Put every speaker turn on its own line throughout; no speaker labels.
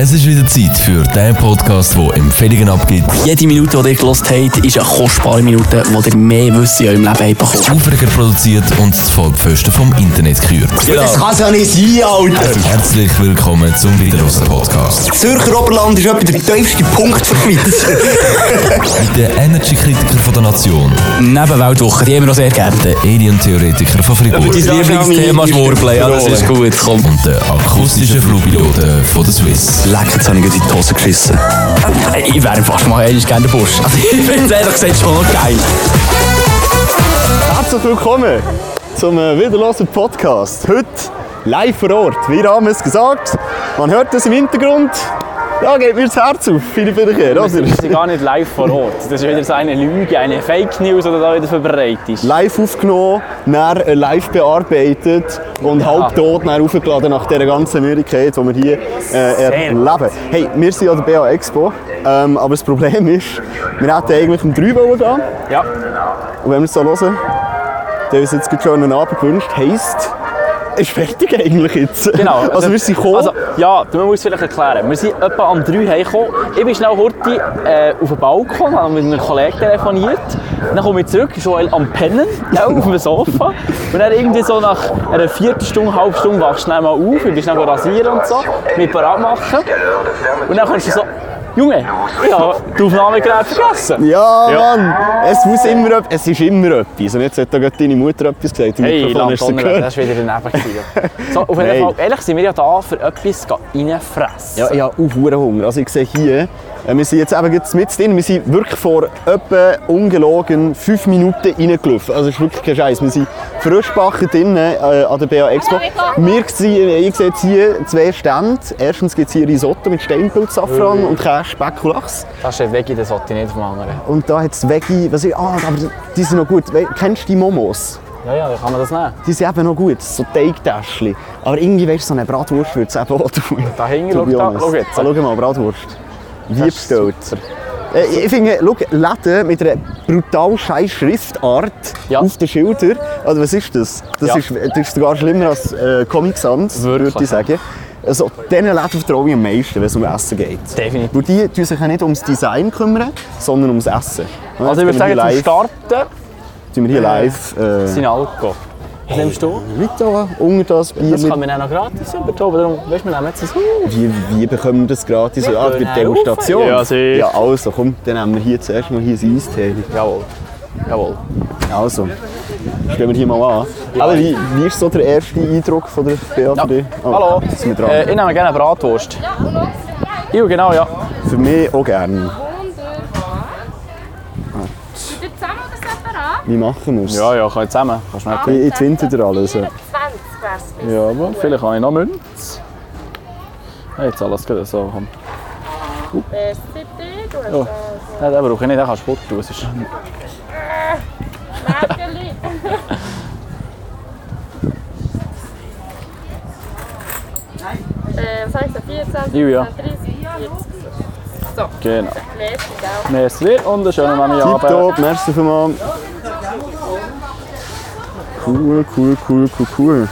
Es ist wieder Zeit für den Podcast, der Empfehlungen abgibt.
Jede Minute, die ihr gehört habt, ist eine kostbare Minute, wo ihr mehr Wissen in eurem Leben habt bekommen
Aufreger produziert und das Volkfesten vom Internet gekürt.
Genau.
Das kann ja nicht sein, Alter.
Herzlich willkommen zum Wiederhausen Podcast.
Das Zürcher Oberland ist etwa der tiefste Punkt für die Schweiz.
Mit den Energy-Kritiker von der Nation,
Neben Weltwoche, die haben wir noch sehr gerne.
den Alien-Theoretiker von Fribourg
Ja, aber die Lieblingsthema ist Wurzeln, ja, das ist
gut. Komm.
und den akustischen Flugpiloten von der Swiss.
Leck, jetzt habe ich gerade in die Hose geschissen.
Ich wäre fast mal ehrlich gerne der Busch. Also, ich finde es ehrlich gesagt schon noch geil.
Herzlich willkommen zum äh, Wiederlosen Podcast. Heute live vor Ort. Wir haben es gesagt. Man hört es im Hintergrund. Da geht mir das Herz auf. Philipp Wiederkehr, oder?
Das ist gar nicht live vor Ort. Das ist wieder so eine Lüge, eine Fake News, die da wieder verbreitet ist.
Live aufgenommen, dann äh, live bearbeitet und halbtot dann aufgeladen nach dieser ganzen Müdigkeit, die wir hier äh, erleben. Hey, wir sind an der BA Expo, ähm, aber das Problem ist, wir hätten eigentlich um 3 Uhr gehen
Ja,
Und wenn wir es so hören, der uns jetzt gerade schon einen Abend gewünscht, heisst, es ist fertig eigentlich jetzt.
genau.
Also, wir sind gekommen.
Also, ja, man muss es vielleicht erklären. Wir sind etwa am 3 heimgekommen. Ich bin schnell heute äh, auf den Balkon, habe mit einem Kollegen telefoniert. Dann komme ich zurück, schon am Pennen, ja, auf dem Sofa. Und dann irgendwie so nach einer Viertelstunde, halben Stunde wachst du dann mal auf, ich bin schnell rasieren und so, mit parat machen. Und dann kommst du so, Junge, ich habe die Aufnahmegerät vergessen.
ja, Mann, es muss immer etwas, es ist immer etwas. Und jetzt hat da gerade deine Mutter etwas gesagt. im
Hey,
Mikrofon
Land
hast du
Donnerwetter,
gehört.
das war wieder daneben. gewesen, ja. so, auf jeden
Nein.
Fall, ehrlich sind wir ja da, für etwas reinfressen.
Ja, ich habe auch verdammt Hunger. Also ich sehe hier, äh, wir sind jetzt eben jetzt mit drin, wir sind wirklich vor etwa ungelogen 5 Minuten reingelaufen. Also es ist wirklich kein Scheiß. Wir sind frisch gebacken drinnen äh, an der BA Expo. Wir sehen, ich sehe jetzt hier zwei Stände. Erstens gibt es hier Risotto mit Steinpilz, Safran und Käse, Speck und Lachs.
Das ist ein Veggie, das sollte ich nicht vom anderen.
Und da hat es Veggie, was ich, ah, aber die sind noch gut. We kennst du die Momos?
Ja, ja, dann kann man das nehmen.
Die sind eben noch gut, so Teigtäschchen. Aber irgendwie weißt du, so eine Bratwurst würde es eben auch tun.
Da hinten,
To be
schau da,
honest.
schau jetzt.
Ah, schau mal, Bratwurst. Wie
Das ist
bestellt. Äh, ich finde, schau, Läden mit einer brutal scheiß Schriftart
Ja.
auf den Schildern. Also was ist das? Das,
Ja.
ist, das ist sogar schlimmer als äh, Comic Sans, würde
Wirklich,
ich sagen. Also, diesen Läden vertraue ich am meisten, wenn es um Essen geht.
Definitiv.
Weil die tun sich ja nicht ums Design kümmern, sondern ums Essen. Und
Also ich würde
jetzt
sagen,
tun wir
zum
hier live,
Starten
tun wir hier live äh,
sind Alkohol. Was nimmst du?
Lito unter das Bier
Das
mit
kann man dann noch gratis übertragen. Darum, weißt du, wir nehmen jetzt das Haus.
Wie, wie bekommen wir das gratis? Ah, für die
können
Degustation.
rauf. Ja, sicher.
ja, also komm, dann nehmen wir hier zuerst mal hier ein Eistee.
Jawohl. Jawohl.
Also, stellen wir hier mal an. Aber wie, wie ist so der erste Eindruck von der BA für dich? Oh,
Hallo.
Sind wir dran?
Äh, ich nehme gerne eine Bratwurst. Ja, genau, ja.
Für mich auch gerne.
Sind zusammen oder separat?
Wie machen wir es?
Ah Ja, ja, können wir zusammen. Kannst du nicht.
Ich- Jetzt hinter dir alles. ja.
24 wär's.
Ja, aber vielleicht habe ich noch Münze. Hey, jetzt alles gut, so komm.
Beste Idee, Äh, du hast
Ja. Nein, den brauche ich nicht, den kannst du putzen. Das ist
das Lägeli. Äh, was habe ich gesagt? 24,
Julia.
30, 40.
genau.
Merci, gell?
Merci und einen schönen Mami-Abend.
Tipptopp, merci vielmals. Cool, cool, cool, cool, cool.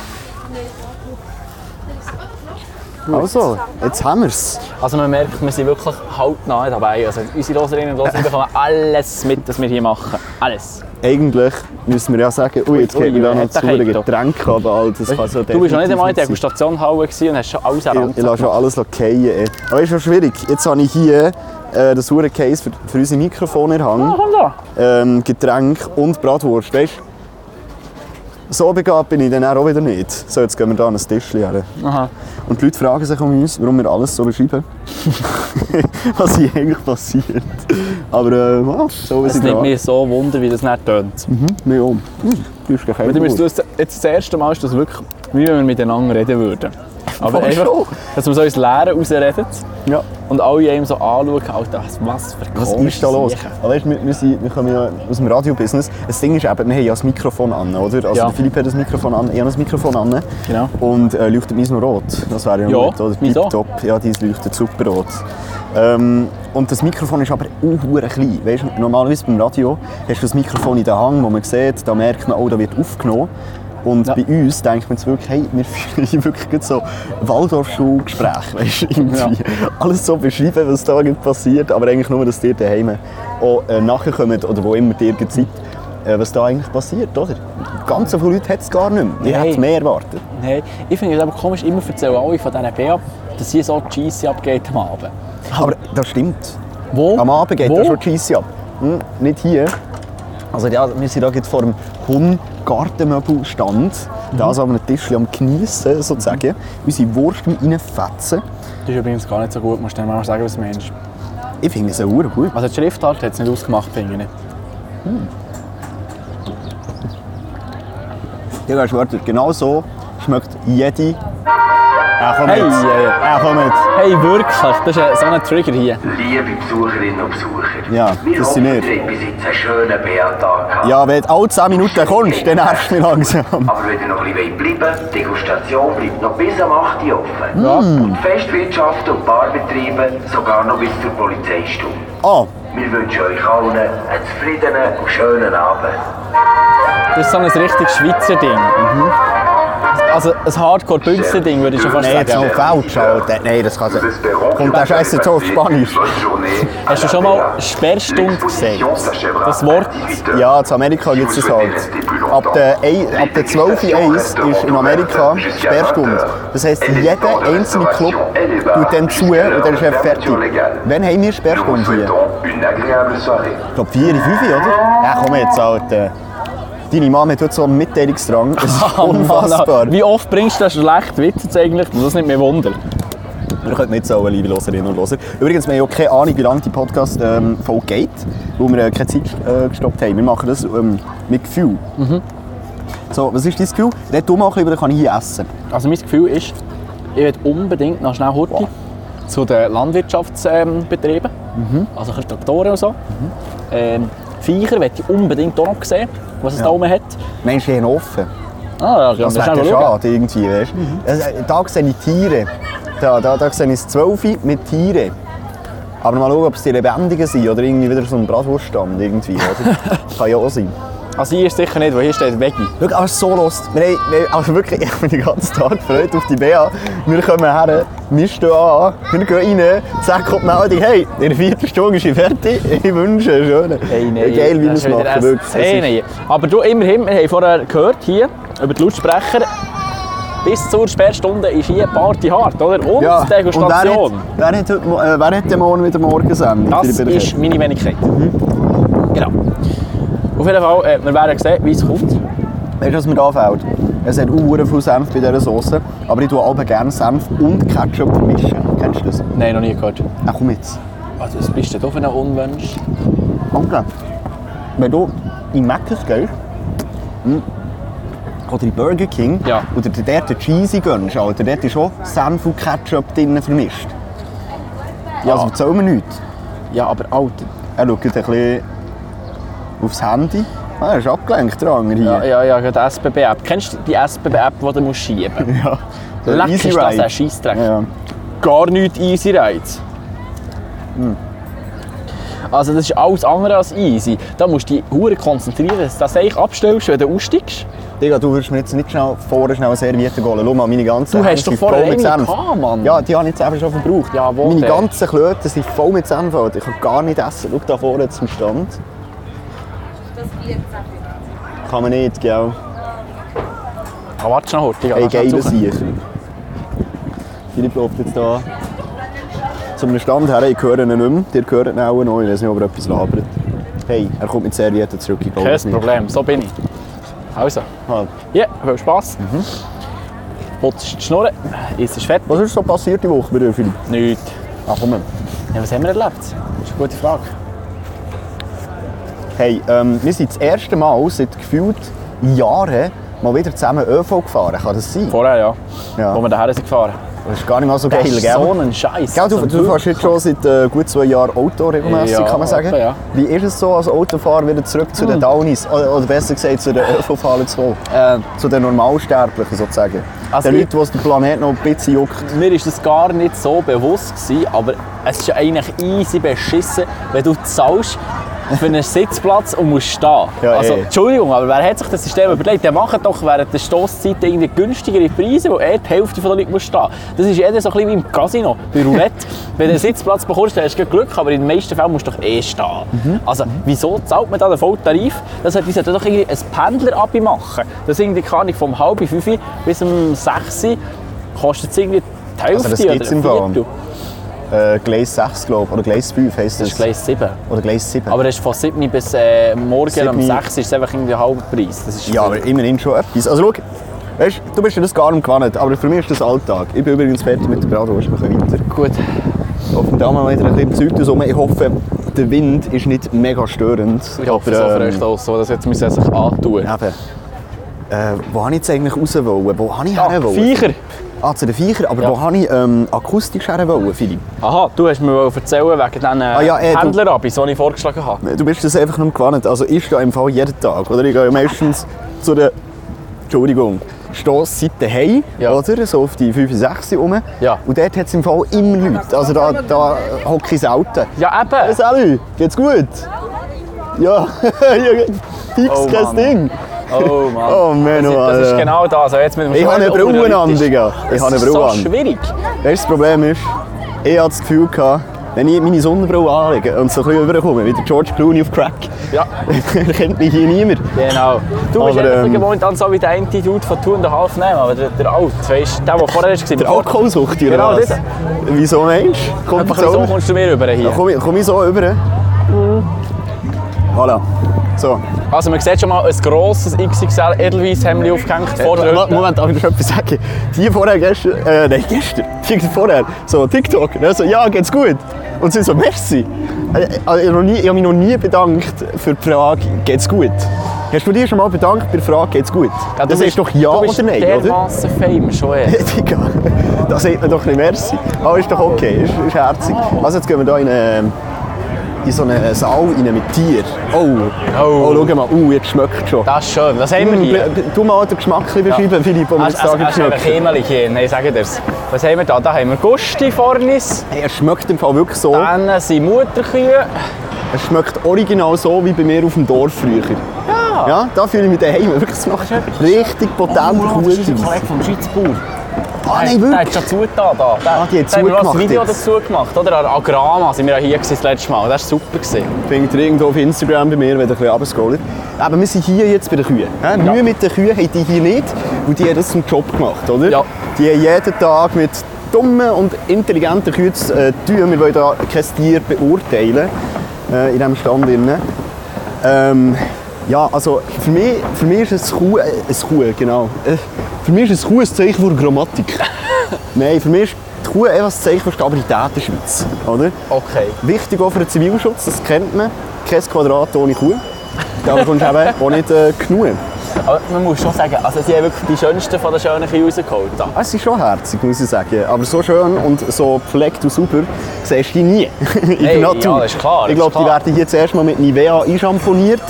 Also, jetzt haben wir es.
Also man merkt, wir sind wirklich hautnah dabei. Also unsere Hörerinnen und Hörer bekommen alles mit, was wir hier machen. Alles.
Eigentlich müssen wir ja sagen, ui, jetzt
Ui,
geht mir
ui,
da noch
hat
zu
der
viele
Kekto.
Getränke ab, Alter. Das kann so
du bist noch nicht einmal in
definitiv sein.
der Degustationshalle gewesen und hast schon alles
Ich, ich
errannt.
lasse schon alles fallen, ey. Aber ist schon schwierig. Jetzt habe ich hier äh, das hure Case für, für unsere Mikrofone
Ah,
erhangen,
komm da.
ähm, Getränk und Bratwurst, weißt du? So begabt bin ich dann auch wieder nicht. So, jetzt gehen wir da an ein Tischchen her.
Aha.
Und die Leute fragen sich um uns, warum wir alles so beschreiben. Was hier eigentlich passiert. Aber äh, ja, so ist
Es
es
nimmt
da.
mich so wunder, wie das nicht tönt.
Mir um. Hm, du bist gar kein
Mit dem ist
Bauer.
das jetzt das erste Mal ist das wirklich, wie wenn wir miteinander reden würden. Aber
Voll
einfach,
schon.
dass man so ins Leere rausredet
Ja.
und alle einem so anschauen, Alter, was, was für
Was
komische
ist da los?
Sachen.
Aber weißt, wir, wir, sind, wir kommen ja aus dem Radiobusiness. Das Ding ist eben, wir haben ja das Mikrofon an, oder? Also
Ja.
der Philipp hat das Mikrofon an, ich habe das Mikrofon an.
Genau.
Und äh, leuchtet meins noch rot. Das wäre ja,
Ja,
gut, oder?
meins auch.
Tipptopp. Ja, deins leuchtet super rot. Ähm, und das Mikrofon ist aber unhure klein. Weißt, normalerweise beim Radio hast du das Mikrofon in der Hand, wo man sieht, da merkt man, oh, da wird aufgenommen. Und bei uns denkt man jetzt wirklich, hey, wir führen hier wirklich gerade so Waldorfschulgespräche, weißt du, irgendwie. Alles so beschreiben, was da gerade passiert, aber eigentlich nur, dass ihr daheim auch äh, nachkommt oder wo immer ihr gerade seid, äh, was da eigentlich passiert, oder? Ganz so viele Leute hat es gar nicht mehr. Ich
Nein.
hätte mehr erwartet.
Nein, ich finde es aber komisch, immer erzählen alle von dieser BA, dass sie so cheesy abgeht am Abend.
Aber das stimmt.
Wo?
Am Abend geht
Wo?
da schon Cheesy ab. Hm, nicht hier. Also ja, wir sind hier vor dem Hun-Gartenmöbelstand.
Mhm.
Da so an einem Tischchen am Geniessen, sozusagen. Unsere Wurst mit reinfetzen.
Das ist übrigens gar nicht so gut, musst du dir mal sagen, was du meinst.
Ich finde es auch verdammt gut.
Also die Schriftart hat es nicht ausgemacht, finde ich nicht.
Ja, weißt du, warte, genau so schmeckt jede... Er kommt
Hey,
mit.
ja, ja.
Er kommt mit.
Hey, wirklich, das ist äh, so ein Trigger hier.
Liebe Besucherinnen und Besucher,
Ja,
wir
das sind
hoffen,
wir.
ihr habt bis jetzt einen schönen BA-Tag gehabt.
Ja, wenn du alle 10 Minuten kommst, dann nervst du mich langsam.
Aber wenn ihr noch ein bisschen bleiben wollt, die Degustation bleibt noch bis am 8 Uhr offen. Und Festwirtschaft und Barbetriebe sogar noch bis zur Polizeistunde.
Ah,
Wir wünschen euch allen einen zufriedenen und schönen Abend.
Das ist so ein richtig Schweizer Ding. Mhm. Also ein Hardcore-Bünzler-Ding, würde ich schon fast
nein, jetzt
sagen.
noch falsch, Alter. Nein, das kann
Das
nicht.
Büro-
Kommt der Scheiß jetzt auch auf Spanisch?
Hast du schon mal Sperrstunde
gesehen?
Das Wort?
Ja, in Amerika gibt es das halt. Ab der, Ei- ab der 12 Uhr 1 ist in Amerika Sperrstunde. Das heisst, jeder einzelne Club tut dann zu und dann ist er fertig. Wann haben wir Sperrstunde hier? Ich glaube 4, 5, oder? Ja, komm jetzt, Alter. Deine Mama hat heute so einen Mitteilungsdrang. Es ist
Ah, Mann,
unfassbar.
Wie oft bringst du das schlecht Witz jetzt eigentlich? Das nimmt mich Wunder.
Wir könnten jetzt auch, liebe Hörerinnen und Hörer. Übrigens, wir haben auch keine Ahnung, wie lange die Podcast-Folge geht, weil wir äh, keine Zeit äh, gestoppt haben. Wir machen das ähm, mit Gefühl.
Mhm.
So, was ist dein Gefühl? Red du mal ein bisschen, über- dann kann ich hier essen.
Also mein Gefühl ist, ich will unbedingt nach schnell Hurti zu den Landwirtschaftsbetrieben,
Mhm.
also ein bisschen Traktoren und so. Ähm, Viecher will ich unbedingt auch noch sehen, was es da oben hat.
Mensch, hier offen.
Ah, ja, können
Das
wir
wäre
schnell schauen. Mhm.
schade, irgendwie, weißt du? Also, äh, Da sehe ich Tiere. Da, da, da sehe ich das 12 mit Tieren. Aber mal schauen, ob es die Lebendigen sind oder irgendwie wieder so ein Bratwurststand irgendwie, oder? Kann ja auch sein.
Also hier ist sicher nicht, weil hier steht Veggie.
Wirklich, alles so lost. Wir haben, wir haben, also wirklich, ich bin den ganzen Tag gefreut auf die BA. Wir kommen her, wir stehen an, wir gehen rein, sagen kommt die Meldung, hey, in der vierten Stunde ist sie fertig, ich wünsche einen schönen. Geil, wie wir es machen, wirklich. Es ist-
Hey, Aber du, immerhin, wir haben vorher gehört hier über die Lautsprecher, bis zur Sperrstunde ist hier Party hart, oder? Und
ja. Und wer hat,
Degustation.
wer hat, heute, Mo- äh, wer hat den morgen wieder morgen senden?
Das ist meine Wenigkeit. Genau. Auf jeden Fall, äh, wir werden sehen, wie es kommt.
Weißt du, was mir da fehlt? Es hat auch viel Senf bei dieser Soße, aber ich tue auch gerne Senf und Ketchup vermischen. Kennst Nou, du das?
Nein, noch nie gehört.
Ach, komm jetzt.
Also, was bist du denn da für ein Unwunsch?
Danke. Wenn du in Mc's gehst, hm, oder in Burger King,
Ja.
oder dir dort den Cheesy gönnst, Alter, dort ist auch Senf und Ketchup drin vermischt. Ja, also erzähl mir nichts.
Ja, aber Alter.
Er schaut ein bisschen aufs Handy. Ah, er ist abgelenkt, der andere
Ja,
hier.
ja, ja, gerade die SBB-App. Kennst du die SBB-App, die du musst schieben musst?
ja. Der
Leck ist
Easy
das
Ride.
ein Scheissdreck.
Ja.
gar nichts easy rides. Also das ist alles andere als easy. Da musst du dich hure konzentrieren, dass du das eigentlich abstellst, wenn du aussteigst.
Digga, du würdest mir jetzt nicht schnell vorher schnell eine Serviette holen. Schau mal, meine ganzen
Du hast
Hände
doch
sind
vorher
voll mit
eine
Senf.
gehabt, Mann.
Ja, die habe ich jetzt einfach schon verbraucht.
Jawohl,
meine
der.
ganzen Klöten sind voll mit Senf. Alter. Ich kann gar nicht essen. Schau da vorne zum Stand. Kann man nicht, gell?
Ah, warte noch kurz.
Hey, geiler Sieg. Philipp läuft jetzt hier zum Stand her. Ich höre ihn nicht mehr. Ihr hört ihn auch noch. Ich weiß nicht, ob er etwas labert. Hey, er kommt mit Servietten zurück. Ich glaube es
Kein
nicht.
Problem, so bin ich. Also,
Ah,
ja, viel Spass. Mhm. Putzt die Schnurren, ist es fertig?
Was ist so passiert die Woche bei dir, Philipp?
Nichts.
Ah, komm mal.
Ja, was haben wir erlebt? Das ist eine gute Frage.
Hey, ähm, wir sind das erste Mal seit gefühlt Jahren mal wieder zusammen ÖV gefahren. Kann das sein?
Vorher, ja.
Ja.
Wo wir daher sind gefahren.
Das ist gar nicht mal so
Das
geil,
ist
gell?
so ein Scheiß.
Gell, du, du fährst jetzt schon seit äh, gut zwei Jahren Auto regelmäßig,
Ja,
kann man sagen.
etwa, ja. Hm.
Wie ist es so als Autofahrer wieder zurück zu den Downies? Oder, oder besser gesagt zu den ÖV-Fahrern zu
Äh,
Zu den Normalsterblichen sozusagen.
Also
den
ich-
Leuten, die es den Planeten noch ein bisschen juckt.
Mir ist das gar nicht so bewusst gewesen, aber es ist ja eigentlich easy beschissen, wenn du zahlst, für einen Sitzplatz und musst stehen.
Ja,
also,
eh.
Entschuldigung, aber wer hat sich das System überlegt? Der macht doch während der Stosszeit irgendwie günstigere Preise, wo er die Hälfte der Leute muss stehen Das ist jeder so ein bisschen wie im Casino, bei Roulette. Wenn du einen Sitzplatz bekommst, dann hast du Glück, aber in den meisten Fällen musst du doch eh stehen.
Mhm.
Also, wieso zahlt man da den Volltarif? Das hat, wir sollten doch irgendwie ein Pendler-Abi machen. Das ist irgendwie, keine Ahnung, vom halb fünf bis um sechs kostet es irgendwie die Hälfte
Also, das
oder
gibt's
ein
im Fall.
Viertel.
Äh, Gleis 6, glaube ich. Oder Gleis 5 heisst das.
Das ist Gleis 7.
Oder Gleis 7.
Aber das ist von 7 bis äh, morgen um
Siebni.
6 ist es einfach irgendwie halber Preis. Das ist
ja, aber immerhin schon etwas. Also schau, weißt, du bist ja das gar nicht gewohnt, aber für mich ist das Alltag. Ich bin übrigens fertig mit der Bratwurst, wir können weiter.
gut.
Auf dem Thermometer ein bisschen im Süden rum. Ich hoffe, der Wind ist nicht mega störend.
Ich hoffe, so
Aber, ähm,
verrückt auch so, dass jetzt müssen sich antun.
Eben. Äh, wo habe ich jetzt eigentlich raus wollen? Wo habe ich
Ah,
her wollen?
Viecher!
Ah, zu den Viechern. Aber
Ja.
wo habe ich ähm, akustisch her wollen, Philipp?
Aha, du hast mir wollen erzählen wegen diesen ah,
ja, eh, du-
Pendlerabis, die ich vorgeschlagen habe.
Du bist das einfach nicht gewohnt. Also ich stehe im Fall jeden Tag, oder? Ich gehe meistens zu der... Entschuldigung. Stossseite hey,
Ja.
oder? So auf die 5, 6 rum.
Ja.
Und dort hat es im Fall immer Leute. Also da, da hocke ich selten.
Ja,
Hey,
eben!
Sally, geht's gut? Ja, ja, fix
Oh,
kein
Mann.
Ding.
Oh Mann.
Oh, Mann,
das, ist- das ist
Alter.
genau das. Also Jetzt mit dem
Ich habe eine
Schwert-
Brille an,
Das ist-
Digga. Ich habe eine
Das ist
Brille
so
an.
schwierig.
Weißt, das Problem ist, ich hatte das Gefühl, gehabt, wenn ich meine Sonnenbrille anlege und so ein bisschen rüberkomme, wie der George Clooney auf Crack,
Ja.
dann kennt mich hier niemand.
Genau. Du bist
Aber,
einfach
ähm,
momentan so wie der eine Dude von «Two and a Half Men», aber der, der Alt, weißt du, der, der vorher war.
Der Alkoholsucht, oder
Genau,
was?
das.
Wieso meinst du? Kommt
Einfach
das
so
rüber?
kommst du mir rüber hier.
Ja, komm, ich- komm ich so rüber. Voilà. So.
Also man sieht schon mal ein grosses XXL Edelweiss-Hemd aufgehängt vor der
Mo-
Hütte.
Moment, darf ich noch etwas sagen? Die vorher gestern, äh, nein, gestern, die vorher, so TikTok, ne, so, ja, geht's gut. Und sie so, merci. Äh, Also, ich habe noch nie- ich habe mich noch nie bedankt für die Frage, geht's gut? Hast du dich schon mal bedankt bei der Frage, geht's gut?
Ja, du
das
bist-
ist doch ja
du bist
oder nein, oder?
dermassen Fame schon eh.
Digga, da sagt man doch nicht merci. Aber ist doch okay, ist, ist herzig. Also jetzt gehen wir hier in, eine, in so einen Saal rein mit Tier. Oh, oh. schau mal, uh, jetzt schmeckt schon.
Das ist schön, das haben wir
Mm,
hier. Also,
bl- Du mal den Geschmack ein bisschen beschreiben, Philipp, um
Hast
zu sagen,
hast- hast du einen
schmeckt.
Kämmerli hier? Nein, sag dir's. Was haben wir da? Da haben wir Gusti vorne,
Hey, es schmeckt im Fall wirklich so.
dann sind Mutterkühe.
Es schmeckt original so wie bei mir auf dem Dorf früher. Ja. Ja, da fühle ich mich daheim. Wirklich, es macht richtig potent oh,
Also, das ist
Kuchen.
ein Kollege vom Schitzbauer.
Ah, nein,
Der hat
wirklich.
schon zugetan da. Der,
Ah, die hat
da haben wir auch
zugemacht
ein Video
jetzt.
dazu gemacht, oder? An Agrama sind wir ja hier gewesen das letzte Mal. Das war super. Gewesen.
Findet ihr irgendwo auf Instagram bei mir, wenn ihr ein bisschen runterscrollt. Aber wir sind hier jetzt bei den Kühen. hä? Mühe mit den Kühen haben die hier nicht, weil die haben das zum Job gemacht, oder?
Ja.
Die haben jeden Tag mit dummen und intelligenten Kühen zu äh, tun. Wir wollen hier kein Tier beurteilen, äh, in diesem Stand. Drin. Ähm, ja, also für mich, für mich ist es Kuh, äh, ein Kuh, genau. Äh, für mich ist es Kuh ein Zeichen von Grammatik. Nein, für mich ist die Kuh einfach ein Zeichen von Stabilität in der Schweiz, oder?
Okay.
Wichtig auch für den Zivilschutz, das kennt man. Kein Quadrat ohne Kuh. Da bekommst du eben auch nicht äh, genug.
Aber man muss schon sagen, also sie haben wirklich die schönsten von den schönen Kühen rausgeholt. da.
Ah, Es ist schon herzig, muss ich sagen. Aber so schön und so gepflegt und sauber siehst du die nie in der
Hey,
Natur.
ja, das ist klar,
ich glaube,
das ist
die
klar.
werden hier zuerst mal mit Nivea einschamponiert.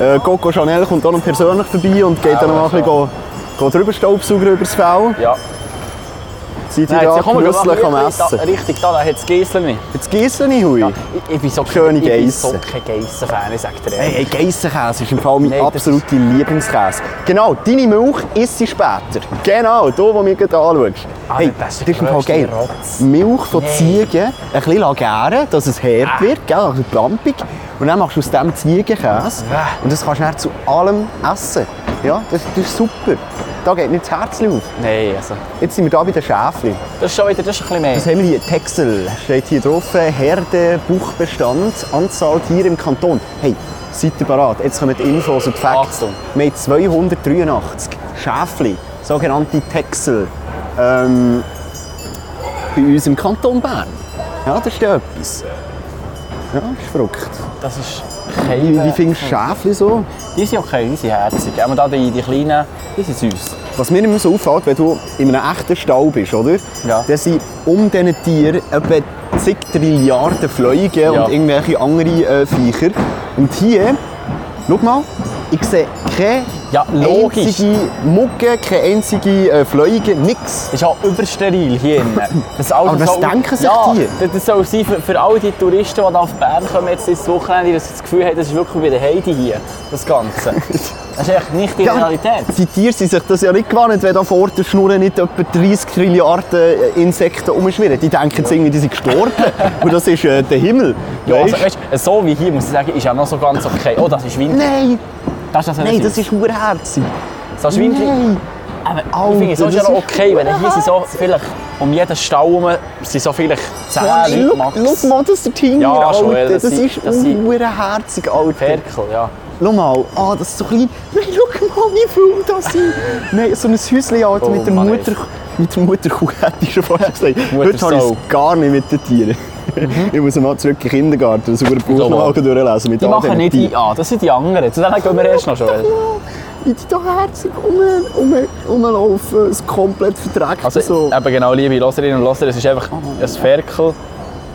Äh, Coco Chanel kommt auch noch persönlich vorbei und geht dann noch ein bisschen go- go drüber Staubsauger über das Fell.
Ja.
Seid ihr
Nein,
da
jetzt kommen wir
genüsslich am
gerade-
Essen?
Da, richtig, da, da hat es Geissen.
Jetzt gießen ich hui.
Ja, ich, ich bin so
Schöne
ich bin so
Geissen.
kein Geissen-Fan, ich sag dir
Hey,
ehrlich.
hey, Geissenkäse ist im Fall mein
Nein, das
absoluter Lieblingskäse. Genau, deine Milch isst sie später. Genau, du, wo mir gerade anschaust.
Ah,
hey,
das ist der
im Fall
grösste
geil.
Rotz.
Milch von
Nein. Ah.
Ziegen, ein bisschen lassen gären, dass es hart wird, gell, ein bisschen plampig. Und dann machst du aus dem Ziegenkäse.
Ah.
Und das kannst du dann zu allem essen. Ja, das, das ist super. Da geht mir das Herz auf.
Nein, also,
Jetzt sind wir hier bei den Schäfchen.
das ist schon wieder das ist ein bisschen mehr.
Was haben wir hier? Texel steht hier drauf. Herde, Buchbestand, Anzahl Tiere im Kanton. Hey, seid ihr bereit? Jetzt kommen die Infos und die Facts.
Achtung.
Wir haben 283 Schäfli, sogenannte Texel, ähm, bei uns im Kanton Bern. Ja, das ist ja etwas. Ja, das ist verrückt.
Das ist
Wie, wie
kein...
findest du Schäfli so?
Die sind okay, die sind herzig. Auch da die, die kleinen, die sind süß.
Was mir immer so auffällt, wenn du in einem echten Stall bist, oder?
Ja.
Dann sind um diesen Tieren etwa zig Trilliarden Fliegen
Ja.
und irgendwelche andere äh, Viecher. Und hier, schau mal, Ich sehe keine
Ja, logisch.
einzige Mucke, keine einzige äh, Fleuge, nichts.
ist ja übersteril hier innen. Das alles
Aber was
soll-
denken sich
ja,
die?
das- Das soll sein für, für all die Touristen, die nach Bern kommen jetzt ins Wochenende, dass sie das Gefühl haben, das ist wirklich wie der Heidi hier, das Ganze. Das ist echt nicht die
Ja.
Realität.
Die Tiere sind sich das ja nicht gewohnt, wenn da vor der Schnur nicht etwa 30 Trilliarden äh, Insekten rumschwirren. Die denken jetzt irgendwie, die sind gestorben. Und das ist äh, der Himmel.
Ja,
Weißt?
also, weißt, du, so wie hier, muss ich sagen, ist ja noch so ganz okay. Oh, das ist Winter.
nein,
Das ist das
nein, das ist urherzig.
das ist Winter.
Nein.
Aber
Alter,
ich finde es ist ja
das
noch
ist
okay, wenn hier sind so vielleicht um jeden Stall herum sind so vielleicht 10 Leute
Schau,
max.
schau mal, das ist der Tinger,
Ja,
Alter.
Joel, das
das,
sind-
ist
das sind-
urherzig, Alter.
Ferkel, ja.
Schau mal, ah, das ist so klein. Nein, schau mal, wie viel das sind. Nein, so ein Häuschen Alter,
Oh,
mit der
Mann,
Mutter... Mit der Mutterkuh hätte ich schon fast gesagt. Heute
Muttersau.
habe ich es gar nicht mit den Tieren. Ich muss mal zurück in dus den Kindergarten, das sauber Buch
glaube
noch
auch.
mal durchlesen. Mit
Mhm. Die
all
machen
diesen
nicht
Tieren.
die an, das sind die Dus anderen. Zu denen gehen wir erst noch schon.
Wie die da herzig um, um, rumlaufen, es komplett verdreckt.
Also,
so.
eben genau, liebe Hörerinnen und Hörer, es ist einfach ein Ferkel.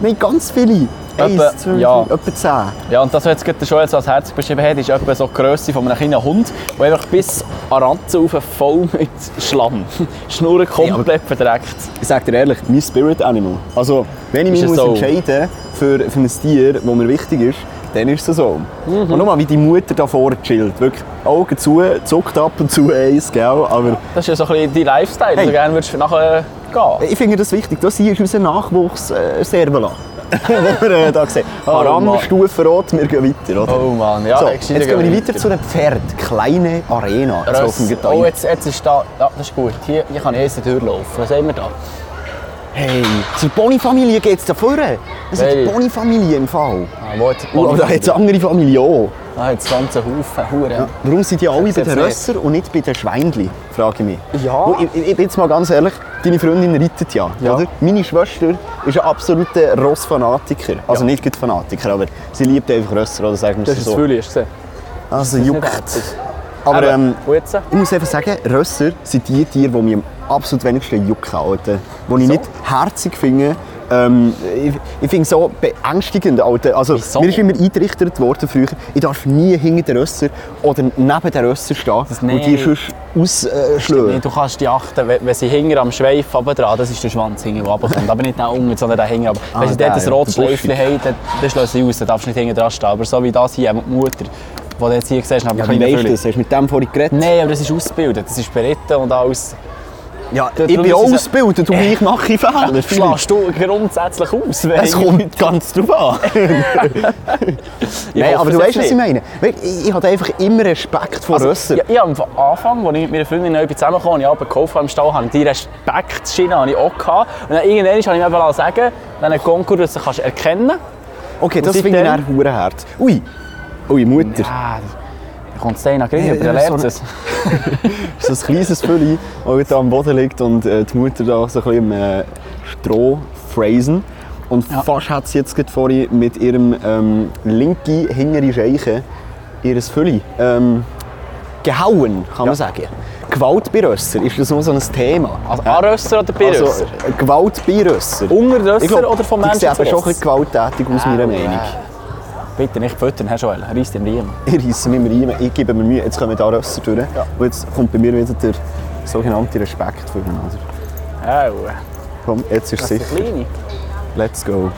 Nein, ganz viele.
Etwa-
Eins, zwei,
eh, ja.
drei, etwa zehn.
Ja, und das, was jetzt gerade der Joel so dus als Herzig beschrieben hat, ist etwa so die Grösse von einem kleinen Hund, der einfach bis an den Ranzen rauf voll mit Schlamm. Schnurren komplett verdreckt.
Ich sag dir ehrlich, mein Spirit Animal. Also, wenn ich mich
Ist es
muss
so?
entscheiden für, für ein Tier, das mir wichtig ist, dann ist es so.
Mhm.
Und nochmal, wie die Mutter da vorne chillt. Wirklich, Augen zu, zuckt ab und zu eins, gell? Aber
Das ist ja so ein bisschen dein Lifestyle, Dus den
Hey.
du gerne würdest nachher gehen.
ich finde das wichtig. Das hier ist unser Nachwuchs äh, Servola. Wo wir äh, da sehen.
Oh Mann.
Alarmstufe rot, wir gehen weiter, oder?
Oh Mann, ja,
so,
dann
jetzt
gescheiter
gehen wir weiter
weiter.
zu den Pferden. Kleine Arena. Jetzt Also auf dem
Röss.
Getreide.
Oh, jetzt, jetzt ist da. Ja, das ist gut. Hier, hier kann ich jetzt durchlaufen. Was haben wir da?
Hey, zur Ponyfamilie geht es da vorne. Das ist
Hey.
die Ponyfamilie im Fall.
Ah, wo hat
Oh, aber da hat es andere Familie auch.
Ah, jetzt ganze Haufen. Hure.
Warum sind die alle
Sag's
bei den
jetzt nicht.
Rössern und nicht bei den Schweinli? frage ich mich.
Ja.
Wo- Ich, ich, ich bin jetzt mal ganz ehrlich, deine Freundin reitet ja,
Ja.
Oder? Meine Schwester ist ein absoluter Rossfanatiker. Also nicht gerade Fanatiker, aber sie liebt einfach Rösser, oder sagen wir
Das
es
ist das
so.
Fühle, hast du gesehen?
Also
Nicht
juckt.
herzig.
Aber
Eben,
ähm,
und jetzt?
ich muss einfach sagen, Rösser sind die Tiere, die mich am absolut wenigsten jucken. Alter. Die ich nicht herzig finde. Ähm, ich ich finde es so beängstigend. Alter. Also,
Wieso?
mir ist immer eingerichtet worden früher, ich darf nie hinter den Rösser oder neben den Rösser stehen und die
nicht.
sonst ausschlagen.
Nee, du kannst die achten, wenn, wenn sie hinter am Schweif runter dran, das ist der Schwanz hinten, der runterkommt. Aber nicht nach unten, sondern da hinten. Aber
Ah,
wenn sie
der,
dort ein
der
rotes Schleifchen
Buschige.
haben, dann, dann schließen sie aus, dann darfst du nicht hinten dran stehen. Aber so wie das hier, eben die Mutter, die du jetzt hier siehst, hat
Ja,
ein
wie
kleiner
weißt du
Fülle.
das? Hast du mit dem vorhin geredet?
Nein, aber das ist ausgebildet, das ist beritten und alles.
Ja,
Da-
ich bin
darum
auch
ist es-
ausgebildet und ich mache Fehler. Philipp.
Schlägst du grundsätzlich aus? wenn
Es kommt ganz drauf an. Nein,
hoffe
aber
es
du weißt, was ich
jetzt nicht. Also,
meine. Weisst, Ich, ich habe einfach immer Respekt vor Rössern.
Ja, ich habe am Anfang, als ich mit meiner Freundin neu zusammenkam und ich habe gekauft habe im Stall, habe ich die Respektschiene habe ich auch gehabt. Und dann irgendwann habe ich mir eben sagen, wenn ein Konkurs kannst du erkennen.
Okay, das
Und
finde ich
seitdem-
dann hure hart. Ui, ui Mutter,
Ah, da kommt Stein nach Gringe,
Ja,
aber der
ja, so
lernt es.
so ein kleines Fülli, das da am Boden liegt und äh, die Mutter da so ein bisschen im äh, Stroh fräsen. Und fast hat sie jetzt gerade vorhin mit ihrem ähm, linken hinteren Scheichen ihr Fülli ähm, gehauen, kann man sagen. Gewalt bei Rösser, ist das noch so ein Thema?
Also Anrösser oder Birösser?
Also, äh, Gewalt bei Rösser. Ich glaub,
Ungerösser oder vom
die
Menschen
sehen aber
zu
schon ein bisschen
Ross?
gewalttätig aus, meiner Meinung.
Bitte nicht füttern, Herr Joel, reiss den Riemen.
Ich reisse mich immer rein, ich gebe mir Mühe, jetzt kommen da Rösser durch. Und jetzt kommt bei mir wieder der sogenannte Respekt für ihn. Oder?
Au,
Komm, jetzt ist es
das ist
sicher.
der oh, äh, Kleine.
Let's go.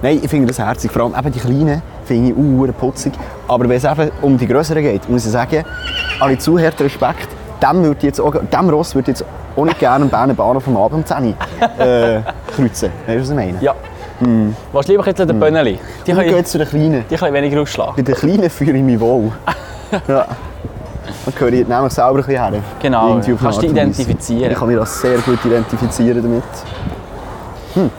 Nein, ich finde das herzig. Vor allem eben die Kleinen finde ich uhr putzig. Aber wenn es eben um die Größeren geht, muss ich sagen, alle Zuhörer Respekt, dem, würde ich jetzt auch, dem Ross würde ich jetzt auch nicht gerne am Berner Bahnhof am Abend um 10 Uhr äh, kreuzen. Weißt du, was ich meine?
Ja.
Hm.
Willst du lieber ein bisschen den Bönneli? Die
Ich gehe
können
jetzt zu den Kleinen.
die können weniger ausschlagen.
Bei den Kleinen fühle ich mich wohl. ja. Dann gehöre ich nämlich selber ein bisschen her.
Genau,
Irgendwie auf eine
kannst
Art
dich
und Weise.
identifizieren.
Ich kann mich das sehr gut identifizieren damit. Hm.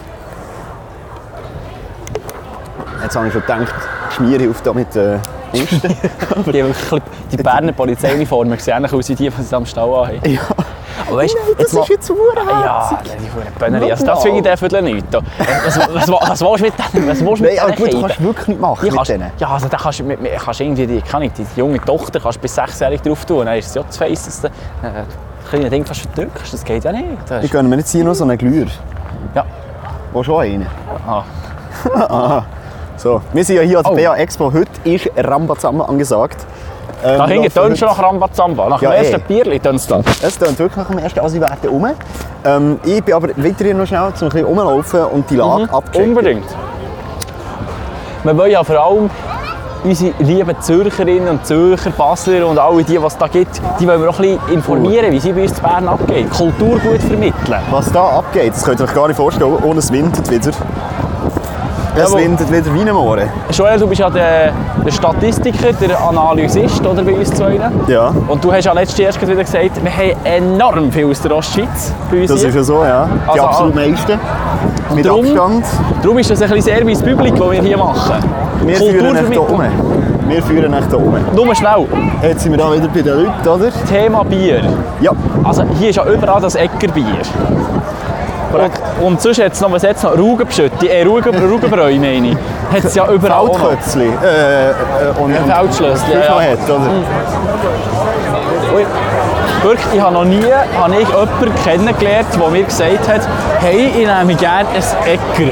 Jetzt habe ich schon gedacht, schmiere ich auf damit äh, Insta.
Die, haben wirklich- die Berner Polizeiuniformen sehen ähnlich aus wie die, die sie am Stall haben.
ja.
Aber weißt,
Nein, das ist jetzt
Ah, Ja,
urherzig.
die verdammte Bönneri. Also
Nochmal.
das finde ich den Viertel nicht. da. Was, was, was, was willst du mit denen? Was willst du mit
Nein, aber
denen
gut, du
Kindern?
kannst wirklich nichts machen
Die
mit
kannst,
denen.
ja, also da kannst du mit, mit, kannst irgendwie die, kann ich, die junge Tochter kannst du bis sechsjährig drauf tun. Dann ist es ja das Face, dass du äh, das kleine Ding fast verdrückst. Das geht ja nicht. Das
Ich
ist,
gönne mir jetzt hier noch so einen Glüher.
ja.
Wo schon einen?
Ah.
So, wir sind ja hier an der
Oh.
BA Expo. Heute ist Rambazamba angesagt. Ähm,
Da hinten
laufen
tönt schon
heute-
nach Rambazamba. Nach
Ja,
dem ersten
eh.
Bierli tönt es da.
Es tönt wirklich nach dem ersten Asi-Werten rum. Ähm, ich bin aber weiterhin noch schnell zum ein bisschen rumlaufen und die Lage abchecken.
Mhm. Unbedingt. Wir wollen ja vor allem unsere lieben Zürcherinnen und Zürcher, Basler und alle die, was es da gibt, die wollen wir auch ein bisschen informieren, wie sie bei uns zu Bern abgeht. Kultur gut vermitteln.
Was da abgeht, das könnt ihr euch gar nicht vorstellen. Ohne es windet wieder. Es
Jawohl.
windet wieder wie ein Mohren.
Joel, du bist ja der, der Statistiker, der Analysist oder, bei uns zwei.
Ja,
Und du hast ja letztes Jahr erst wieder gesagt, wir haben enorm viel aus der Ostschweiz bei uns
das
hier.
ist ja so, ja. Die
Also,
absolut meisten. Mit
drum-
Abstand.
Darum ist das ein bisschen Service Public, was wir hier machen.
Wir führen euch hier um. Wir führen euch hier um.
Nur schnell,
Jetzt sind wir da wieder bei den Leuten, oder?
Thema Bier.
Ja.
Also hier ist ja überall das Eckerbier. Und, und sonst hat es noch, was hat's noch? Rugenbschütte, äh, Rugen, Rugenbräu meine ich. Hat es ja überall auch noch.
Altkötzli. Äh, äh, und, und
Feldschlössli, ja, ja. Mhm.
Hat, oder?
Ui. Wirklich, ich habe noch nie habe ich jemanden kennengelernt, der mir gesagt hat, hey, ich nehme gerne ein Ecker.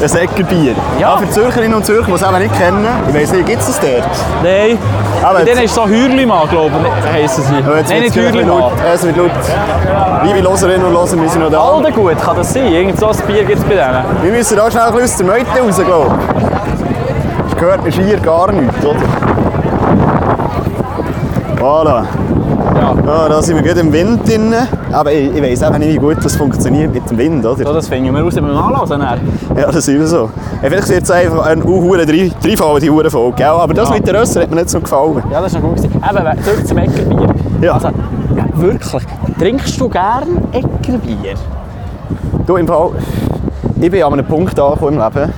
Ein Säckerbier.
Ja.
Ah, für die Zürcherinnen und Zürcher, die es eben nicht kennen, ich weiss nicht, gibt es das dort? Ah,
Nein,
Aber
aber
jetzt-
dann ist es so Hürlimann, glaube ich, heissen sie.
Aber jetzt
Nein,
wird's
nicht
vielleicht ein bisschen
Hürlimann.
laut. Es wird laut. Liebe Loserinnen und Loser, wir sind noch da.
Aldengut kann das sein, irgend so ein Bier gibt es bei denen.
Wir müssen da schnell ein bisschen aus der Meute raus, glaube ich. Das gehört mir schier gar nichts, oder? Voilà.
Ja.
Ah, da sind wir gut im Wind drin. Aber ich, ich weiss eben nicht, wie gut das funktioniert mit dem Wind, oder?
So, das finden wir raus beim Anlassen. dann.
Ja, das ist immer so. Ja, vielleicht wird es einfach eine hure drei- dreifarbige hure Folge, gell? Aber das
Ja.
mit den Rössern hat mir nicht so gefallen.
Ja, das ist noch gut. gewesen. Eben, zurück zum Eckerbier.
Ja.
Also, ja, wirklich, trinkst du gern Eckerbier?
Du, im Fall, ich bin an einem Punkt angekommen im Leben,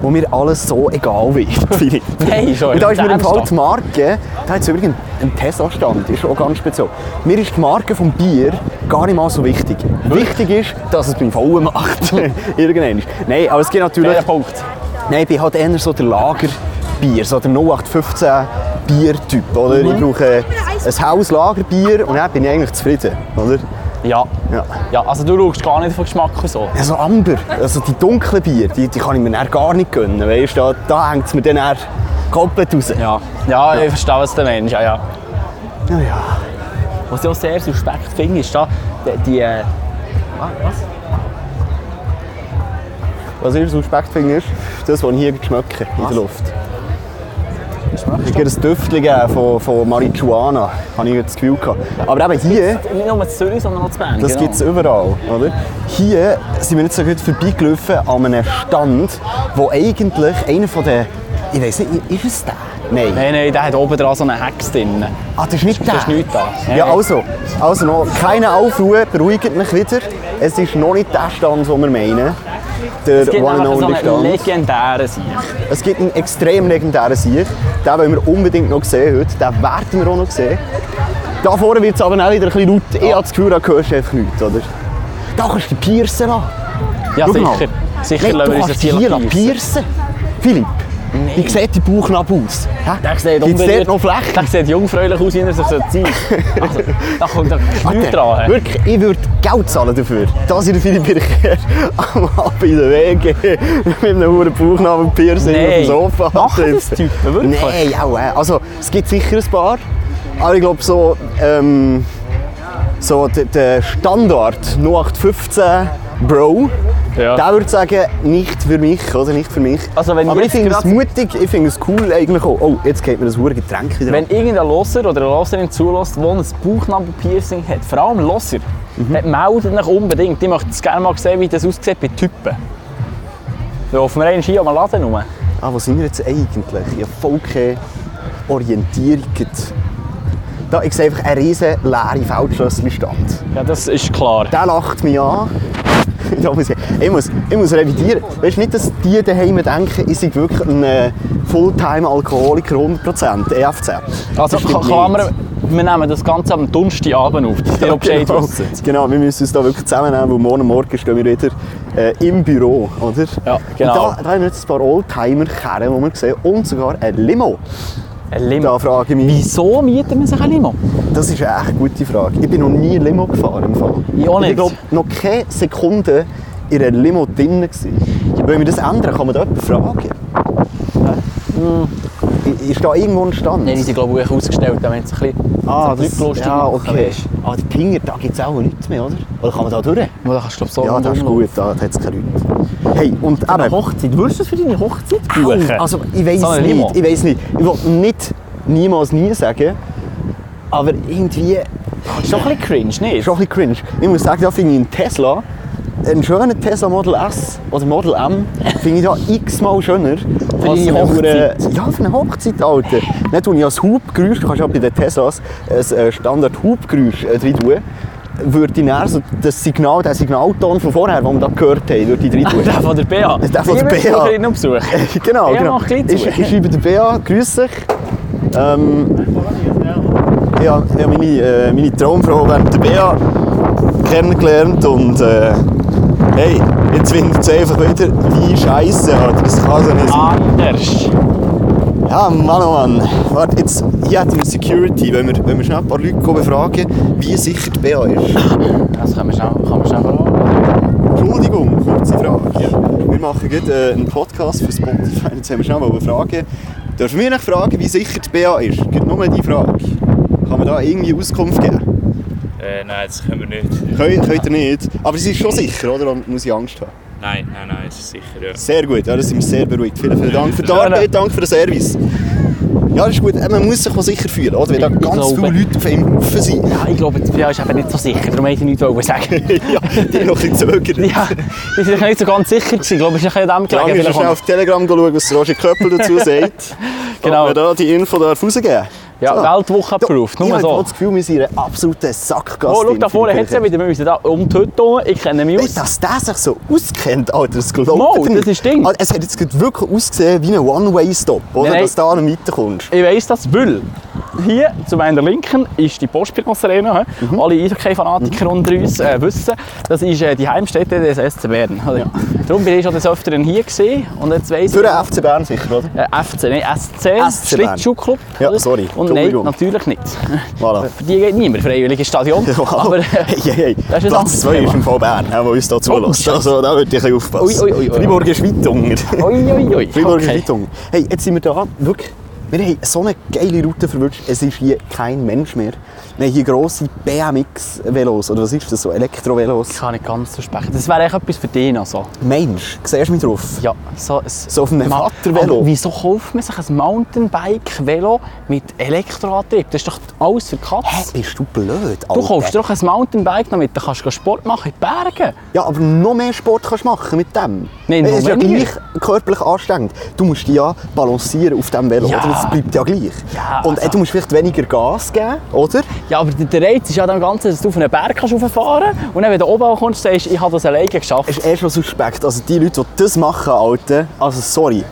wo mir alles so egal wird, Philipp.
Nein, schon,
Und da ist mir im Fall
ernsthaft?
die Marke, da hat es übrigens einen Tesla-Stand, ist auch ganz speziell. Mir ist die Marke vom Bier gar nicht mal so wichtig. Wichtig ist, dass es beim Vollen macht. Irgendwann. Nein, aber es gibt natürlich...
Der Punkt.
Nein, ich bin halt eher so der Lagerbier, so der 0815 Biertyp, oder? Ich
Mhm.
brauche ein Hauslagerbier und dann bin ich eigentlich zufrieden, oder?
Ja.
Ja.
Ja, also du schaust gar nicht von Geschmack und so.
Ja, so Amber, also die dunklen Bier, die, die kann ich mir dann gar nicht gönnen, weißt du, da, da hängt es mir dann eher komplett raus.
Ja. Ja, ich verstehe, was du meinst. Ja, ja.
Ja, ja.
Was ich auch sehr suspekt finde, ist da die... die äh, was?
Was ich suspekt finde, ist das, was ich hier schmecke in der Luft. Ich habe ein Düftchen gegeben von, von Marihuana, habe ich das Gefühl gehabt. Aber eben hier...
Nicht nur in Zürich, sondern auch in Bern.
Das gibt es überall, oder? Hier sind wir nicht so gut vorbeigelaufen an einem Stand, wo eigentlich einer von den... Ich weiß nicht, ist es der? Nein.
Nein, nein, der hat oben dran so eine Hex drin.
Ah, das ist nicht der?
Das ist nicht da.
Ja, also, also noch keine Aufruhe, beruhigt mich wieder. Es ist noch nicht der Stand, den wir meinen. Der
Es gibt
One and
nämlich so
Only
einen
Stand.
legendären Sieg.
Es gibt einen extrem legendären Sieg. Den wollen wir unbedingt noch sehen heute. Den werden wir auch noch sehen. Da vorne wird es aber auch wieder ein bisschen laut. Ich habe das Gefühl, da hörst du einfach nichts, oder? Da kannst du die Piercen an.
Ja,
Schau mal.
sicher. Sicher
Nein,
lassen
du
wir uns
kannst
das
die hier
piercen.
piercen. Philipp, wie sieht die Bauchnabel aus? Hä? Gibt's dort noch Flächen?
Der sieht jungfräulich aus, wie er sich so zieht. Also, da kommt da nichts
Warte,
dran. he.
Wirklich, ich würde Geld zahlen dafür, dass ich den Philipp Bircher am Abend in den Weg gehe, mit einem hohen Bauchnabel Piercing auf
Nein.
dem Sofa
Machen das Typen wirklich?
Nein, auch. äh, Also, es gibt sicher ein paar, aber ich glaube so, ähm, so der, der Standard 0815 Bro,
Ja.
der würde sagen, nicht für mich, oder nicht für mich.
Also wenn
aber ich
jetzt
finde es
gerade-
mutig, ich finde es cool eigentlich auch. Oh, jetzt geht mir das hure Getränk wieder
Wenn
an.
irgendein Losser oder eine Losserin zulässt, der ein Bauchnabelpiercing hat, vor allem Losser,
Mhm.
dann meldet euch unbedingt. Ich möchte es gerne mal sehen, wie das aussieht bei Typen. Da laufen wir einen Ski am Laden rum.
Ah, wo sind wir jetzt eigentlich? Ich habe voll keine Orientierung. gehabt. Da, ich sehe einfach einen riesen leeren Feldschlösschen-Stand.
Ja, das ist klar.
Der lacht mich an. Da muss ich, ich, muss, ich muss revidieren. Weißt du nicht, dass die daheim denken, ich sei wirklich ein äh, Fulltime-Alkoholiker 100% EFZ?
Also,
E Das stimmt
Klammern, wir nehmen das Ganze am Donnerstagabend auf, dass ihr
Ja,
auch Bescheid
genau.
wisst.
genau, wir müssen uns da wirklich zusammennehmen, weil morgen Morgen stehen wir wieder äh, im Büro, oder?
Ja, genau.
Und da, da haben wir jetzt ein paar Oldtimer-Kerren, die wir sehen, und sogar ein Limo.
Ein Limo.
Da frage ich mich,
Wieso mietet man sich ein Limo?
Das ist eine echt gute Frage. Ich bin noch nie Limo gefahren. Im Fall.
Ich auch nicht.
Ich glaube, noch keine Sekunde in einer Limo drin. gewesen. Wollen wir das ändern? Kann man da jemanden fragen? Hä? Ich, Hm. Ist da irgendwo ein Stand?
Nein, die sind glaube ich ausgestellt, damit es ein bisschen
ah,
die Leute
das,
lustig
ja,
machen.
okay. Aber der Pinger, da gibt es auch nichts mehr, oder? Oder kann man da durch?
Wo kannst du glaube so
Ja, das ist gut, da hat es keine Leute. Hey, und eben...
Hochzeit, würdest du das für deine Hochzeit buchen?
Au, Also ich weiß
Sondern
nicht,
Limo.
ich weiß nicht. Ich will nicht niemals nie sagen, aber irgendwie
ist schon ein bisschen cringe, nicht?
ist auch ein bisschen cringe. Ich muss sagen, da finde ich einen Tesla, einen schönen Tesla Model S oder Model M, finde ich da x-mal schöner. Für
Als eine Hochzeit.
Ja, für eine Hochzeit, Alter. Nicht, wenn ich als Hubgeräusch, du kannst ja bei den Teslas ein äh, standard Hubgeräusch äh, rein tun, würde ich dann so das Signal, den Signalton von vorher, den wir da gehört haben, würde ich rein tun.
Der von der BA.
Der von der
Die
BA.
Besucherinnen und Besucher.
genau,
Ja,
genau.
mach gleich zu.
Ich, ich schreibe der Bea, grüß dich. Ähm, ja, ja, meine, äh, meine Traumfrau während der Bea kennengelernt und äh, hey, jetzt findet sie einfach wieder wie Scheiße, Dus Alter. Das kann so nicht sein.
Anders.
Ja, Mann, oh Mann. Warte, jetzt, hier hätten wir Security, wenn wir, wenn wir schnell ein paar Leute kommen fragen, wie sicher die Bea ist.
Das kann man schnell, kann man schnell verraten.
Entschuldigung, kurze Frage. Wir machen gerade äh, einen Podcast für Spotify. Jetzt haben wir schnell mal eine Frage. Dürfen wir nicht fragen, wie sicher die BA ist? Gibt nur die Frage. Kann man da irgendwie Auskunft geben?
Äh, nein, das können wir nicht.
Könnt, könnt ihr nicht. Aber sie ist schon sicher, oder? Und muss ich Angst haben?
Nein, nein, nein, es ist sicher, ja.
Sehr gut, ja, das sind wir sehr beruhigt. Vielen, vielen Dank für die Arbeit, danke für den Service. Ja, das ist gut. Äh, Man muss sich auch sicher fühlen, oder? Wenn da
Ich- ich
ganz
glaube-
viele Leute auf einem Haufen sind.
Ja, ich glaube, die BA ist eben nicht so sicher, darum hätte ich nichts wollen sagen.
ja, die noch ein bisschen zögern.
ja, die sind nicht so ganz sicher gewesen. Ich glaube, es ist ein bisschen an dem
Lange
gelegen.
ist schnell auf Telegram schauen, was Roger Köppel dazu sagt.
Genau.
Ob wir da die Info darf rausgeben
Ja, Weltwoche approved,
ich
nur
habe
so.
das Gefühl, wir sind in einer absoluten Sackgasse.
Oh, schau, da vorne hat es ja wieder, wir müssen da umtöten. Ich kenne mich
Nicht,
aus.
dass der sich so auskennt, Alter, das glaubt
Mal,
ihr nicht.
das ist Ding.
Also, Es hat jetzt gerade wirklich ausgesehen wie ein One-Way-Stop, oder?
Nein, nein.
Dass du da nicht weiterkommst.
Ich weiss das, weil hier zu meiner Linken ist die Postbildungsarena. Mhm. Alle Eishockey-Fanatiker unter uns äh, wissen, das ist äh, die Heimstätte des SC Bern. Oder? Darum bin ich schon des Öfteren hier gesehen und jetzt weiss
Für
ich...
den FC Bern sicher, oder?
Äh, FC, nein, SC,
SC Bern.
Schlittschuhclub.
Ja,
oder?
sorry,
Und nein,
Entschuldigung.
natürlich nicht.
Voilà.
Für die geht niemand freiwillig ins Stadion.
Wow.
Aber äh,
hey, hey,
das ist ein
Platz
anderes
2
Thema. Oh,
ist im Fall Bern, der uns hier zulässt.
Scheiße.
also, da würde ich ein bisschen aufpassen.
Ui, ui, ui, ui.
Freiburg ist weit unter.
Ui, ui, ui.
Freiburg
Okay.
ist weit unter. Hey, jetzt sind wir da. Schau, wir haben so eine geile Route verwünscht. Es ist hier kein Mensch mehr. Wir haben hier grosse BMX-Velos. Oder was ist das so?
Ich
Elektrovelos.
kann nicht ganz so sprechen. Das wäre echt etwas für dich noch so.
Mensch, siehst du mich drauf?
Ja, so ein...
So auf einem
Ma-
Vatervelo.
Aber wieso kauft man sich ein Mountainbike-Velo mit Elektroantrieb? Das ist doch alles für
Hä,
Katz.
bist du blöd, Alter.
Du kaufst dir doch ein Mountainbike, damit du kannst Sport machen in den Bergen.
Ja, aber noch mehr Sport kannst du machen mit dem.
Nein,
es ist
noch
ja
weniger.
gleich körperlich anstrengend. Du musst dich ja balancieren auf dem Velo,
Ja.
oder? Das bleibt ja gleich.
Ja, also-
Und äh, du musst vielleicht weniger Gas geben, oder?
Ja, aber der- der Reiz ist ja dann Ganzen, dass du auf einen Berg kannst rauffahren kannst und dann, wenn du oben kommst, sagst du, ich habe das alleine geschafft.
Es ist eh schon suspekt. Also die Leute, die das machen, Alter, also sorry.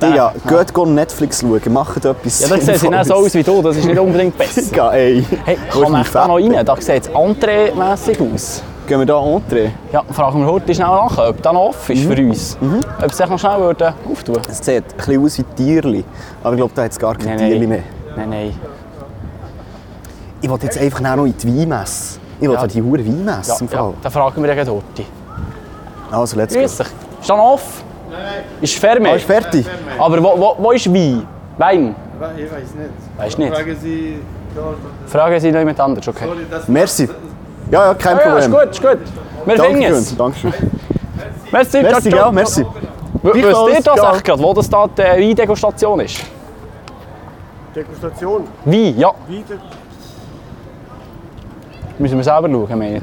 Digga, geht go Netflix schauen, macht etwas
Ja, dann sehen sie dann so aus wie du, das ist nicht unbedingt besser.
Digga, ey.
Hey,
Wo ist
kann man
mein
echt da noch
Vater?
rein? Da sieht es entree-mässig aus.
Gehen wir da entree?
Ja, fragen wir heute schnell nach, ob das noch offen
Mhm.
ist für uns. Ob sie sich noch schnell würden auftun
Es sieht ein bisschen aus wie Tierli. Aber ich glaube, da hat es gar keine
Nein,
Tierli
nein.
mehr.
Nein, nein.
Ich will jetzt einfach nachher noch in die Weinmesse. Ich will
Ja.
ja. die hure Weinmesse
Ja,
im
ja,
Fall.
dann fragen wir den Horti.
Also, let's go.
Grüß dich. Ist dann off? Nein, nein. Ist Ferme?
Ah, ist fertig?
Aber wo, wo, wo ist Wein? Wein?
Ich weiß nicht.
Weiß nicht.
Fragen Sie dort.
Fragen Sie noch jemand anderes, okay?
Sorry, das
Merci. Ja, ja, kein
Ja, ja, ist
Problem.
gut, ist gut. Wir finden es.
Dankeschön, Dankeschön.
Merci,
Merci,
ciao, ciao.
ja, merci.
W-
Gleich
Wisst ihr
alles,
das
ciao.
eigentlich gerade, wo das da die äh, Weindegustation ist?
Degustation.
Wein, ja.
Wie de-
Müssen wir selber schauen, meint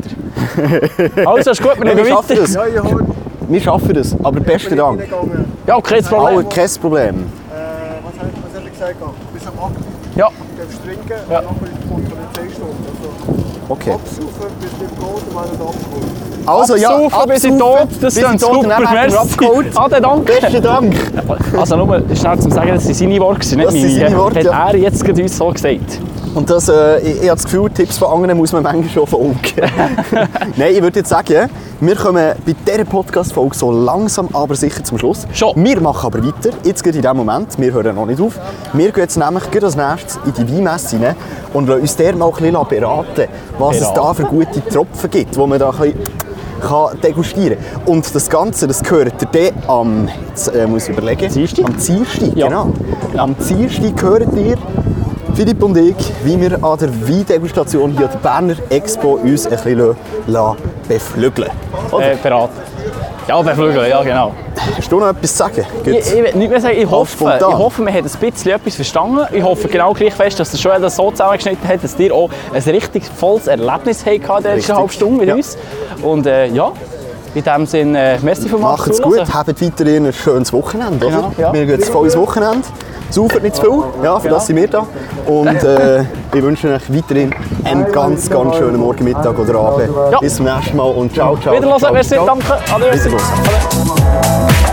ihr? Also, ist gut, wir
Wir
schauen
schaffen
weiter.
das.
Ja, ich habe nicht
Wir schaffen das. Aber besten Dank.
reingegangen.
Ja, okay, das
Alle,
Problem.
kein Problem.
Äh, was habe was hab ich gesagt? gehabt? Bis am 8.
Ja,
darfst du trinken
Ja.
und dann kommt die Polizeistunde. Also,
Okay.
absaufen, bis wir gehen und werden abgeholt.
Also, ja,
absaufen, bis ich tot. Das
bis ich
klingt
tot und
super,
dann werden wir
merci.
abgeholt.
Ade, danke.
Besten Dank.
Also nur schnell zum Sagen, das waren seine Worte, nicht
Das sind
meine.
seine Worte,
Hat
ja.
er jetzt gerade uns so gesagt.
Und das, äh, ich, ich habe das Gefühl, Tipps von anderen muss man manchmal schon verunken. Nein, ich würde jetzt sagen, wir kommen bei dieser Podcast-Folge so langsam, aber sicher zum Schluss.
Schon.
Wir machen aber weiter, jetzt gerade in diesem Moment, wir hören noch nicht auf. Wir gehen jetzt nämlich gerade als nächstes in die Weinmesse rein und lassen uns der mal ein bisschen beraten, was es da für gute Tropfen gibt, wo man da ein bisschen kann degustieren Und das Ganze, das gehört dir dann am, jetzt äh, muss ich überlegen,
Dienstag?
am Dienstag,
Ja.
genau. Am Dienstag gehört dir Philipp und ich, wie wir an der Weindegustation hier an der Berner Expo uns ein bisschen lassen- lassen beflügeln Oder?
Äh, parat. Ja, bei Flügel, ja genau.
Hast du noch etwas zu sagen?
Ich,
Gibt's-
ich will nicht mehr sagen, ich hoffe,
spontan.
ich hoffe, man hat ein bisschen etwas verstanden. Ich hoffe genau gleich fest, dass der Joel das so zusammengeschnitten hat, dass ihr auch ein richtig volles Erlebnis habt in der letzten
Richtig.
halben Stunde mit
Ja.
uns. Und äh, ja, in dem Sinne, äh, merci vom
Macht's gut, habt weiterhin ein schönes Wochenende. Oder?
also. Genau, ja.
Wir gehen jetzt volles Wochenende. Saufen nicht zu viel, ja, für
Genau.
das sind wir da. Und äh, ich wünsche euch weiterhin einen ganz, ganz schönen Morgen, Mittag oder Abend.
Ja.
Bis zum nächsten Mal und ciao, ciao.
Wiederhören,
ciao,
merci,
ciao.
danke. Adieu.
Wiederhören.
Adieu.